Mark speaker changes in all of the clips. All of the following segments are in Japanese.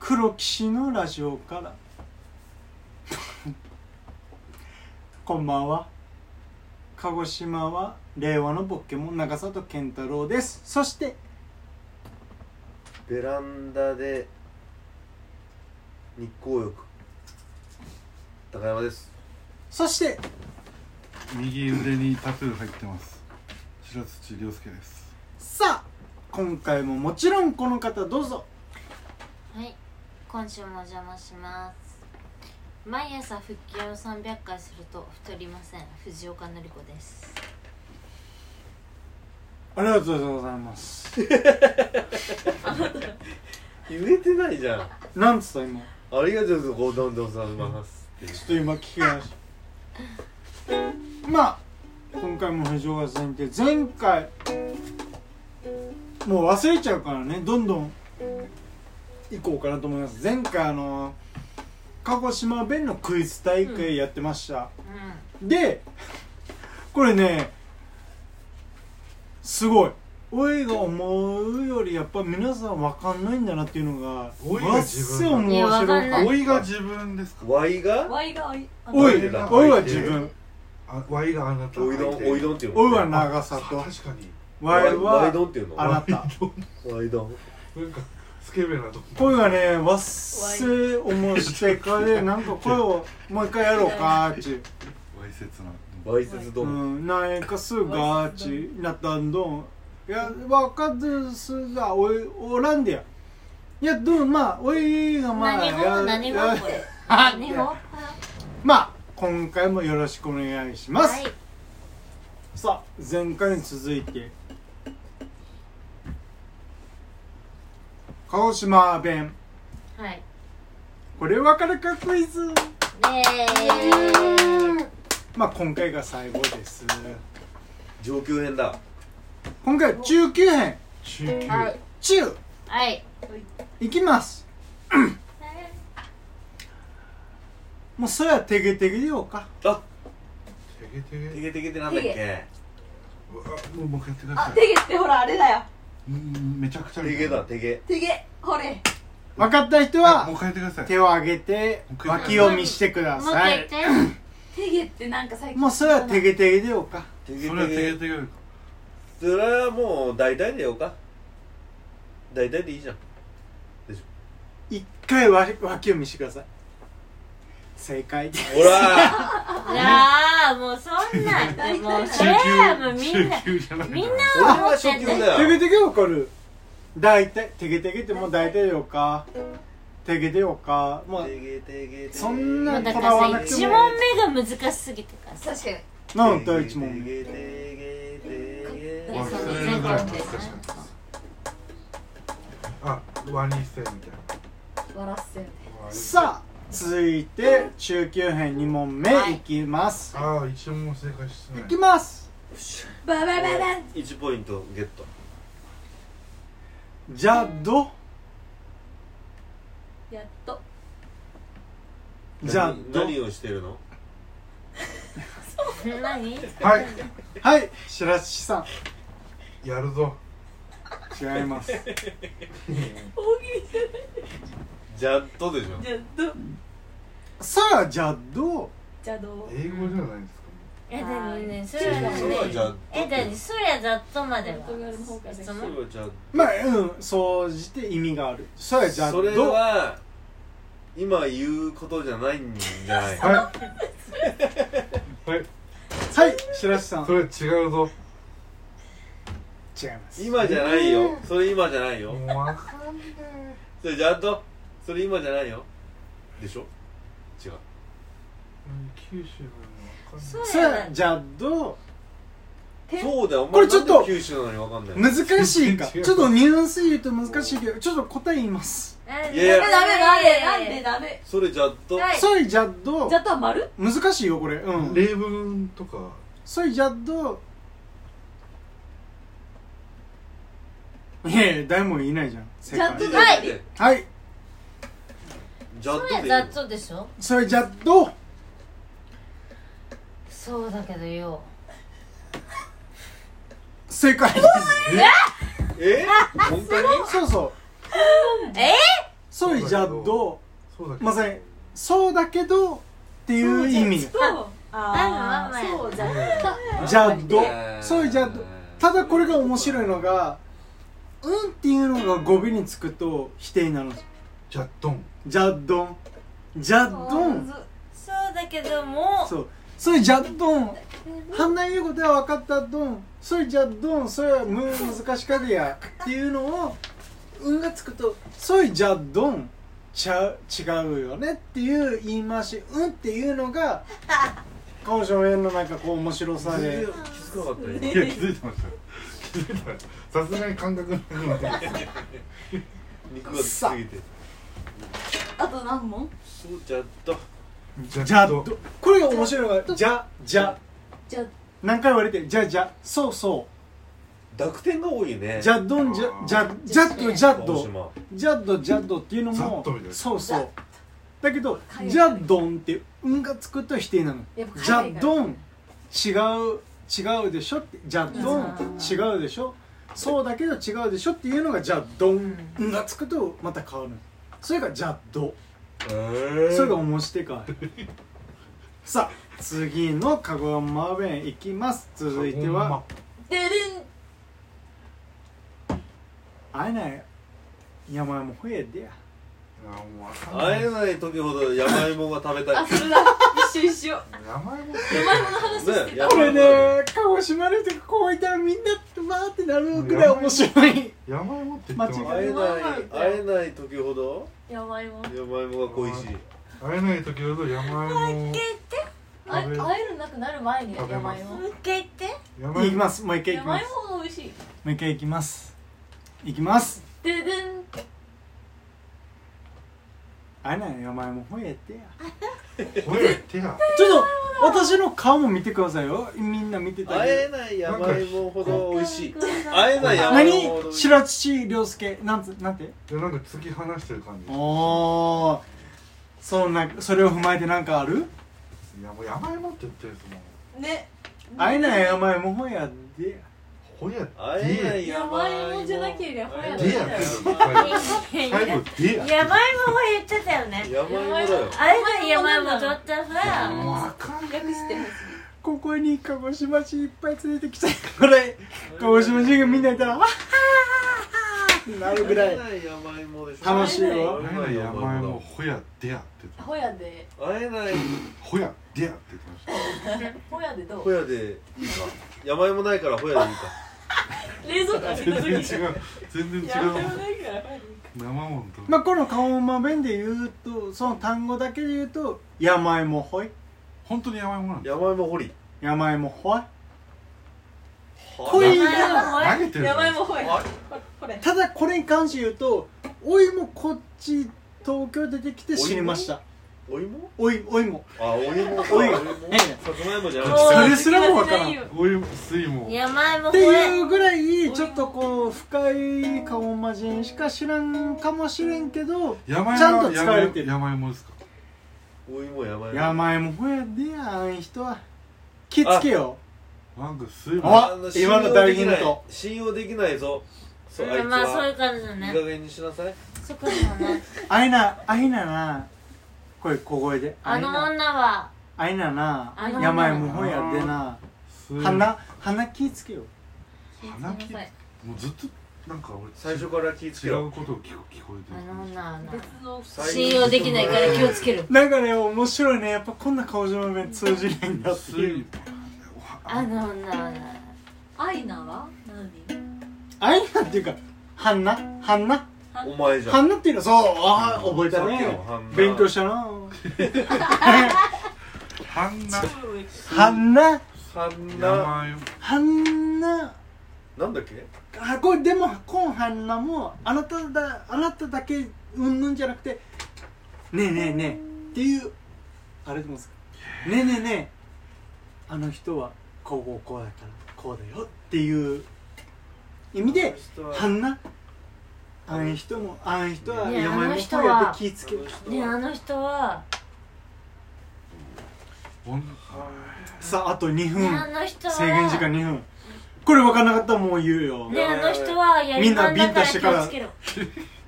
Speaker 1: 私のラジオからこんばんは鹿児島は令和のポケモン中里健太郎ですそして
Speaker 2: ベランダで日光浴高山です
Speaker 1: そして
Speaker 3: 右腕にタトゥー入ってます白土亮介です
Speaker 1: さあ今回ももちろんこの方どうぞ
Speaker 4: はい今週もお邪魔します毎朝腹筋を300回すると太りません藤岡典子です
Speaker 1: ありがとうございます
Speaker 2: 言えてないじゃん
Speaker 1: なんつった今
Speaker 2: ありがとうございますって
Speaker 1: ちょっと今聞きましたまあ今回も藤岡さんって前回もう忘れちゃうからねどんどん行こうかなと思います前回あの鹿児島弁のクイズ大会やってました、
Speaker 4: う
Speaker 1: でこれねすごいおいが思うよりやっぱ皆さん分かんないんだなっていうのが
Speaker 3: おいが自分
Speaker 1: わっせ面白
Speaker 4: いやわかんなはい
Speaker 3: おいが自分ですか
Speaker 2: ワイが
Speaker 4: ワイがおい
Speaker 1: おい
Speaker 2: おいだ
Speaker 1: おいは自分
Speaker 3: あわいがあなた
Speaker 2: おいどんおいどんっていう
Speaker 1: おいは
Speaker 2: な
Speaker 1: 長
Speaker 3: あ
Speaker 1: 里
Speaker 3: 確かに
Speaker 1: わい
Speaker 2: ワイ
Speaker 1: は
Speaker 2: ドンっていうの
Speaker 1: あなた
Speaker 2: ワイドン
Speaker 3: なんかスケベなとこ
Speaker 1: 声がねわっせ面してかでなんか声をもう一回やろうかーち
Speaker 3: わいせつな
Speaker 2: ワイセツド
Speaker 1: う
Speaker 2: ン
Speaker 1: んなんかすがーちなったんどんいやわかずすがおいおらんでやいやどうまあおいがまあ
Speaker 4: 何
Speaker 1: や
Speaker 4: 語何語
Speaker 1: や
Speaker 4: これ
Speaker 1: あ
Speaker 4: 何語は
Speaker 1: まあ今回もよろしくお願いします、
Speaker 4: い
Speaker 1: さあ前回に続いて鹿児島弁
Speaker 4: はい
Speaker 1: これわかるかクイズ
Speaker 4: ね
Speaker 1: まあ今回が最後です
Speaker 2: 上級編だ
Speaker 1: 今回は中級編
Speaker 3: 中級
Speaker 4: えはい
Speaker 1: 中
Speaker 4: はい
Speaker 1: いきますもうそれはテゲテゲでようか
Speaker 2: あ
Speaker 3: てげて
Speaker 2: て
Speaker 3: げ
Speaker 2: げてげってなんだっけ
Speaker 3: うわもうもう一回やってくだ
Speaker 5: あ
Speaker 3: さ、い
Speaker 5: てげってほらあれだよ。
Speaker 3: うんめちゃくちゃ
Speaker 2: てげだてげ
Speaker 5: てげ、ほれ。
Speaker 1: 分かった人
Speaker 3: あも
Speaker 1: は
Speaker 3: う一回やってください
Speaker 1: 手を挙げて脇を見してくだ
Speaker 4: もう一
Speaker 1: さ
Speaker 4: 回
Speaker 1: い
Speaker 4: 言って
Speaker 5: てげってなんか最近。
Speaker 1: もうそれはテゲテゲでようか
Speaker 2: てげ
Speaker 3: それは
Speaker 2: て
Speaker 3: てげ
Speaker 2: げ
Speaker 3: てげ
Speaker 2: それはもう大体でよか大体でいいじゃん
Speaker 1: 一回わ脇を見してください正解です
Speaker 2: ほら
Speaker 4: いやーもうそん なんもうそれはもうみんな
Speaker 3: 中級じゃない
Speaker 4: みんな
Speaker 2: 俺
Speaker 4: は
Speaker 2: は
Speaker 4: 思っ
Speaker 2: 初
Speaker 4: て
Speaker 2: 級
Speaker 4: て
Speaker 2: だ
Speaker 1: テゲ
Speaker 2: よ
Speaker 1: テゲわかる大体テゲテゲってもう大体でようかテゲでようかも う
Speaker 2: てげてげてげ
Speaker 1: そん
Speaker 4: も
Speaker 1: な
Speaker 4: うだ
Speaker 1: こ
Speaker 4: か
Speaker 1: だわ
Speaker 4: ら
Speaker 1: な
Speaker 4: さ
Speaker 1: くて
Speaker 4: 一
Speaker 1: も
Speaker 4: 問目が難しすぎたからさ
Speaker 5: 確かに。
Speaker 1: なんだ一問目
Speaker 2: てげてげてげ
Speaker 4: そう
Speaker 3: 忘れ
Speaker 4: 全
Speaker 3: る
Speaker 4: 部
Speaker 3: ぐらい難
Speaker 4: で
Speaker 3: しかったあワニ戦みたい
Speaker 5: 笑っせん。
Speaker 3: な
Speaker 1: さあ続いて中級編2問目
Speaker 4: はい
Speaker 1: いきます、
Speaker 3: ああ一問も正解してない
Speaker 1: い、きます
Speaker 5: ババババン。
Speaker 2: 1ポイントゲット
Speaker 1: じゃど
Speaker 5: やっと。
Speaker 1: じゃ
Speaker 2: 何
Speaker 1: ど
Speaker 2: 何をしてるの
Speaker 4: 何
Speaker 3: はい
Speaker 1: はい白石さん
Speaker 3: やるぞ
Speaker 1: 違います
Speaker 5: 大喜利じ
Speaker 2: ジャットでしょ
Speaker 5: ゃん。やっと。
Speaker 1: さあじゃど
Speaker 5: じゃどう。
Speaker 3: 英語じゃないですか
Speaker 4: え、だにね、それは
Speaker 2: それはジャッ
Speaker 4: ね
Speaker 2: ト
Speaker 4: え、だにそりゃざっとまでは
Speaker 5: ポルトガルの方から
Speaker 4: 質
Speaker 2: そ
Speaker 4: 問
Speaker 2: れはジャッ
Speaker 1: まあうん総じて意味があるさあじゃ
Speaker 2: そ
Speaker 1: ど
Speaker 2: れは今言うことじゃないんじゃない
Speaker 3: は
Speaker 1: はい白石さん
Speaker 3: いそれ違うぞ
Speaker 1: 違います
Speaker 2: 今じゃないよそれ今じゃないよ
Speaker 3: もうわ
Speaker 2: それジャットそれ今じゃないよでしょ違う
Speaker 3: 九州のわかんない
Speaker 1: さあじゃど
Speaker 5: え
Speaker 2: そうだよお
Speaker 1: こ
Speaker 2: 前
Speaker 1: れちょっと
Speaker 2: なんで九州なのにわかんないの
Speaker 1: 難しいか
Speaker 3: 違う
Speaker 1: ちょっとニュアンス言うと難しいけどちょっと答え言います
Speaker 4: え
Speaker 2: いやいや
Speaker 5: ダメダメなんでダメ。
Speaker 2: それジャット
Speaker 4: はい
Speaker 1: さあじゃど
Speaker 5: じゃっとは丸。
Speaker 1: 難しいよこれうん
Speaker 3: 例文とか
Speaker 1: さあじゃどいやいや誰もいないじゃん正解
Speaker 5: ジャッド
Speaker 4: はい
Speaker 1: はい
Speaker 2: ジャッ
Speaker 4: そ
Speaker 2: ト
Speaker 4: り
Speaker 2: でい
Speaker 4: ゃ
Speaker 2: い
Speaker 4: ざ
Speaker 2: よ
Speaker 4: っとでしょ
Speaker 1: それじゃどう
Speaker 4: そうだけどよ
Speaker 1: 正解です
Speaker 2: え本当に
Speaker 1: そうそう
Speaker 4: え
Speaker 1: ソイジャッド
Speaker 3: そうだけど
Speaker 1: まさにそうだけどっていう意味
Speaker 5: そうあ
Speaker 4: あ
Speaker 5: ー
Speaker 4: まんまや
Speaker 5: そうじゃん
Speaker 1: ジャッド
Speaker 2: えー
Speaker 1: ソイジャッドただこれが面白いのが「うん」っていうのが語尾につくと否定になるんです
Speaker 3: ジャッドン
Speaker 1: ジャッドンジャッドン
Speaker 4: そうだけども
Speaker 1: そうそれじゃっどん反対言うことは分かったどんそれじゃっどんそれはむ難しかるやっていうのを「うん」がつくと「それじゃっどんちゃう違うよね」っていう言い回し「うん」っていうのが今週編のなんかこう面白さ
Speaker 2: 全
Speaker 1: で
Speaker 2: 然気づかなかった
Speaker 3: い
Speaker 2: ね
Speaker 3: や気づいてましたよ気づいてましたさすがに感覚なくなってきて
Speaker 2: 肉がつすぎて
Speaker 5: あと何問
Speaker 2: そうじゃっと
Speaker 3: ジ
Speaker 1: 「じゃっどん」これが面白いのが「じゃ」「じゃ
Speaker 5: じゃ」
Speaker 1: 何回言われて「じゃ」「じゃ」「そうそ
Speaker 2: 濁点が多いね
Speaker 1: う」「じゃっどん」「じゃ」「じゃ」「じゃっと」「じゃっ
Speaker 2: 鹿児
Speaker 1: と」
Speaker 2: 島
Speaker 1: ジャッドジャッドっていうの
Speaker 3: ざっ
Speaker 1: も
Speaker 3: とみたいな
Speaker 1: そうそうだけど
Speaker 5: 海外
Speaker 1: ジャッドンって「うん」がつくと否定なの
Speaker 5: やっぱ
Speaker 1: ジャッドン違う違うでしょってジャッド
Speaker 5: あ
Speaker 1: ン
Speaker 5: ー
Speaker 1: 違うでしょそうだけど違うでしょっていうのがジャッドン
Speaker 4: ん、
Speaker 1: うん、がつくとまた変わるそれがジャッド
Speaker 2: うーん
Speaker 1: それが面 してかさあ次のカゴマ弁いきます続いては
Speaker 5: でるん
Speaker 1: 会えない山も増えでや
Speaker 3: いやもう分かんな
Speaker 2: 会
Speaker 3: い
Speaker 2: えない時ほど山芋が食べたい
Speaker 5: あそれだ一緒一緒
Speaker 3: 名前も
Speaker 5: うまいもの話してた
Speaker 1: これね鹿児島の人がこういたらみんなわーってなるぐらい面白い
Speaker 3: 山芋って言っても
Speaker 1: 間違
Speaker 3: ら
Speaker 1: い
Speaker 2: 会え
Speaker 3: え
Speaker 2: ない会えない時ほど
Speaker 5: やばいもんえ
Speaker 2: 山芋が恋しい
Speaker 3: 会えない時ほど山芋を
Speaker 5: あ
Speaker 3: 食べ
Speaker 5: 会えるなくなる前にや
Speaker 3: 食べま
Speaker 5: ば
Speaker 3: す
Speaker 5: いもん
Speaker 4: もう一回言って
Speaker 3: 山
Speaker 1: いき
Speaker 3: 芋
Speaker 1: ますもう一回い
Speaker 5: や
Speaker 1: き
Speaker 5: ば
Speaker 1: ま
Speaker 5: い
Speaker 1: す
Speaker 5: もん美味しい
Speaker 1: もう一回いきますいきます
Speaker 5: でるん
Speaker 1: あれなんや前も吠えてや
Speaker 3: 吠えてや
Speaker 1: ちょっと私の顔も見てくださいよみんな見てた
Speaker 2: 会え
Speaker 1: り
Speaker 2: ない山芋ほど美味しい
Speaker 4: あ
Speaker 2: 会えない山芋ほど
Speaker 1: 何
Speaker 2: 美味しい
Speaker 1: 白土涼介なんつなんて
Speaker 3: いやなんか突き放してる感じ
Speaker 1: おーそんなそれを踏まえてなんかある
Speaker 3: いやもう山芋って言ってるんですもん
Speaker 5: ね
Speaker 1: 会えないや前も吠えてや
Speaker 3: ほや
Speaker 2: 会えな
Speaker 3: で
Speaker 2: い
Speaker 5: や
Speaker 2: 山
Speaker 5: ば
Speaker 2: 芋
Speaker 5: いもんじゃなければほや
Speaker 3: でや
Speaker 5: だ
Speaker 3: け
Speaker 5: よ
Speaker 3: ど最後
Speaker 4: いやい
Speaker 3: 最
Speaker 4: や
Speaker 3: 後でや
Speaker 4: 山芋も言ってたよね
Speaker 2: 山芋だよ
Speaker 4: あれない山芋とったさ
Speaker 3: もうわかんない
Speaker 5: 略してほし
Speaker 1: ここに鹿児島市いっぱい連れてきたいこれ鹿児島市がみんないたら「あはははってなるぐらい
Speaker 2: 会えない山芋でしょ
Speaker 1: 楽しいよ
Speaker 3: 会えない山芋ほやでやって言って
Speaker 5: い
Speaker 3: た
Speaker 5: ほやで
Speaker 2: 会えない
Speaker 3: ほやでやって言ってました
Speaker 5: ほやでど
Speaker 2: ホ
Speaker 5: う
Speaker 2: ヤでいいか山芋ないからホヤでいいか
Speaker 5: 冷蔵庫開け
Speaker 3: 全
Speaker 5: た 時
Speaker 3: 然違う
Speaker 5: に
Speaker 3: 全然違う
Speaker 5: やばいもんないからほやで
Speaker 3: 生もんと
Speaker 1: まあこの顔ま弁で言うとその単語だけで言うと「山芋ほい
Speaker 3: 本当に山芋なんだ
Speaker 2: 山芋掘り
Speaker 1: 山芋ほい
Speaker 2: ほ
Speaker 1: ほい
Speaker 3: 投げてる
Speaker 5: やばいもんほや
Speaker 2: あ
Speaker 5: これ」
Speaker 1: ただこれに関して言うと「おいもこっち東京出てきて知りました
Speaker 2: お芋
Speaker 1: おいおいも
Speaker 2: あお芋か
Speaker 1: お芋
Speaker 2: お芋
Speaker 1: ええ
Speaker 2: さつまいもじゃなく
Speaker 1: そ
Speaker 2: て
Speaker 1: れすらもわからん
Speaker 5: ん
Speaker 3: お湯水も
Speaker 4: 山芋
Speaker 1: っ
Speaker 4: ほ
Speaker 1: てい
Speaker 4: え
Speaker 1: うぐらいちょっとこう深い顔ま人しか知らんかもしれんけど
Speaker 3: 山芋
Speaker 1: ちゃんと使われてる
Speaker 3: 山芋ですか
Speaker 2: お芋山芋
Speaker 1: 山芋ほやでやあん人は気つけよ
Speaker 3: なんか水も
Speaker 1: あ
Speaker 2: あの
Speaker 1: 今の大ヒント
Speaker 2: 信用できない信用できないぞそうあいつ
Speaker 4: うんまあそういう
Speaker 2: は
Speaker 4: 感じだ
Speaker 2: いい
Speaker 4: ね
Speaker 2: 加減にしなさい
Speaker 4: そこにもね
Speaker 1: あいなあいななこれ小声であ
Speaker 4: あ
Speaker 1: い
Speaker 4: の
Speaker 1: な
Speaker 4: 女は
Speaker 1: あいなな
Speaker 4: あの
Speaker 1: 山芋ほやでな
Speaker 3: 水
Speaker 1: 鼻鼻気つけよ
Speaker 3: 鼻気もうずっとなんか俺
Speaker 2: 最初から気ぃつけ
Speaker 3: 違う
Speaker 2: ろ
Speaker 3: ことを聞こ聞こえて
Speaker 4: あの女はな
Speaker 5: 別の
Speaker 2: 最
Speaker 4: 信用できないから気をつける
Speaker 1: なんかね面白いねやっぱこんな顔島弁通じないんだってい
Speaker 3: 水
Speaker 1: う
Speaker 4: あの女はな
Speaker 5: アイナは何
Speaker 1: あいなっていうかはんなはんな
Speaker 2: お前じゃ
Speaker 1: は
Speaker 2: ん
Speaker 1: んなっていうのそうあー覚えた
Speaker 2: さっき
Speaker 1: ね
Speaker 2: のはんな
Speaker 1: 勉強した な
Speaker 3: 鼻
Speaker 1: はんな
Speaker 2: はんな
Speaker 3: 山芋
Speaker 1: はんな
Speaker 2: なんだっけ
Speaker 1: あこれでもこんはんなもあなただあなただけうんぬんじゃなくてねえねえねえっていうあれでもさねえねえねえあの人はこうこうこうだからこうだよっていう意味ではんなあん人もあん人は
Speaker 4: ねえ
Speaker 1: 山
Speaker 4: あの
Speaker 1: 芋
Speaker 4: 人
Speaker 1: こう
Speaker 4: は
Speaker 1: やって気ぃつ
Speaker 2: つ
Speaker 1: け
Speaker 2: け
Speaker 1: る
Speaker 4: ねあの人は
Speaker 3: ほん
Speaker 1: さああと2
Speaker 4: ね
Speaker 1: 分
Speaker 4: あの人は
Speaker 1: 制限時間2分これ分かんなかったらもう言うよ
Speaker 4: ねあの人はやりまんだから気をつけろ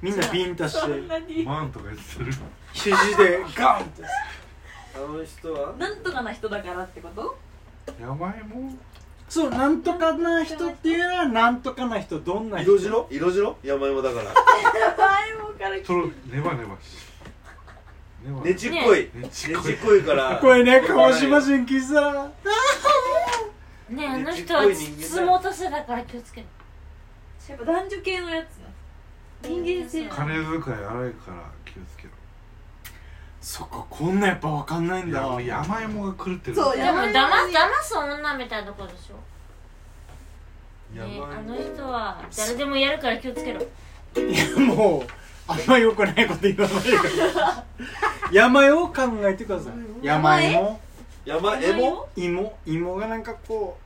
Speaker 1: みんなビンタし
Speaker 5: そん
Speaker 1: て
Speaker 5: なに
Speaker 3: マンとか言ってる
Speaker 1: 肘でガンって
Speaker 2: あの人は
Speaker 5: なんとかな人だからってこと
Speaker 3: やばいもん
Speaker 1: そうなんとかな人っていうのはなんとかな人どんな人
Speaker 2: 色白色白山芋だから
Speaker 5: やばいもんから
Speaker 3: ちょろネバネバしネバ
Speaker 2: ねちっこい
Speaker 3: ねち
Speaker 2: ね
Speaker 3: っこ
Speaker 2: ち
Speaker 3: い
Speaker 2: っこいから
Speaker 1: これね川島純喜さん
Speaker 4: ねえあの人は質問とせだから気をつける
Speaker 5: やっぱ男女系のやつ人間性
Speaker 4: か
Speaker 3: 金遣い荒いから気をつけろ
Speaker 1: そっかこんなやっぱわかんないん
Speaker 3: いや
Speaker 1: だ
Speaker 3: もう山芋が狂ってる
Speaker 5: そう
Speaker 4: で
Speaker 5: や
Speaker 4: も騙す騙す女みたいなとこでしょ
Speaker 2: やばい
Speaker 4: ねえあの
Speaker 2: ね
Speaker 4: 人は誰でもやるから気をつけろ
Speaker 1: いやもうあんまよくないこと言わないでください山芋を考えてください山芋
Speaker 2: 山芋
Speaker 1: 芋芋がなんかこ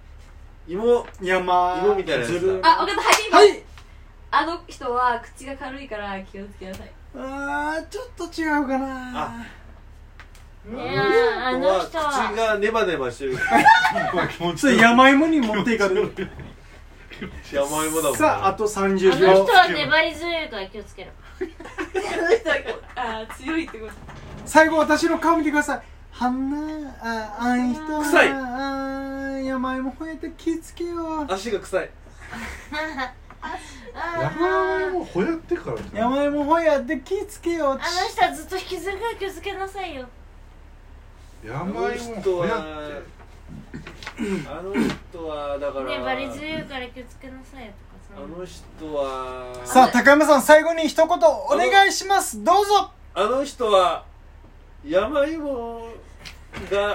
Speaker 2: 芋
Speaker 1: う山
Speaker 2: 芋みたいなやつだ
Speaker 1: ずる
Speaker 5: あ、わかった、はい、今
Speaker 1: はい
Speaker 5: あの人は口が軽いから気をつけなさい
Speaker 1: あーちょっと違うかな
Speaker 2: あ
Speaker 4: ねえあの人
Speaker 2: 口
Speaker 4: は
Speaker 2: がネバネバしてる
Speaker 3: 気持
Speaker 1: それ山芋に持っていかれる
Speaker 2: 山芋だもん
Speaker 1: さああと
Speaker 4: あの
Speaker 1: 30秒
Speaker 4: 人は粘り強いから気をつけろ
Speaker 5: あの人はあー強いってこと
Speaker 1: 最後私の顔見てください花ああん人
Speaker 2: 臭い
Speaker 1: あ山芋吠えて気つけよう
Speaker 2: 足が臭い
Speaker 3: 山
Speaker 4: あー
Speaker 3: 芋ほやってからじゃん
Speaker 1: 山芋吠えて気つけよう
Speaker 4: あの人はずっと引きずるから気をつけなさいよ
Speaker 2: あ
Speaker 3: 山
Speaker 2: の
Speaker 3: 芋
Speaker 2: 人
Speaker 3: ほや
Speaker 2: は
Speaker 3: って
Speaker 2: あの人はだから
Speaker 4: 粘り強いから気をつけなさいよとか
Speaker 2: あ
Speaker 4: そ
Speaker 2: の人は
Speaker 1: さあ高山さん最後に一言お願いしますどうぞ
Speaker 2: あの人は山芋が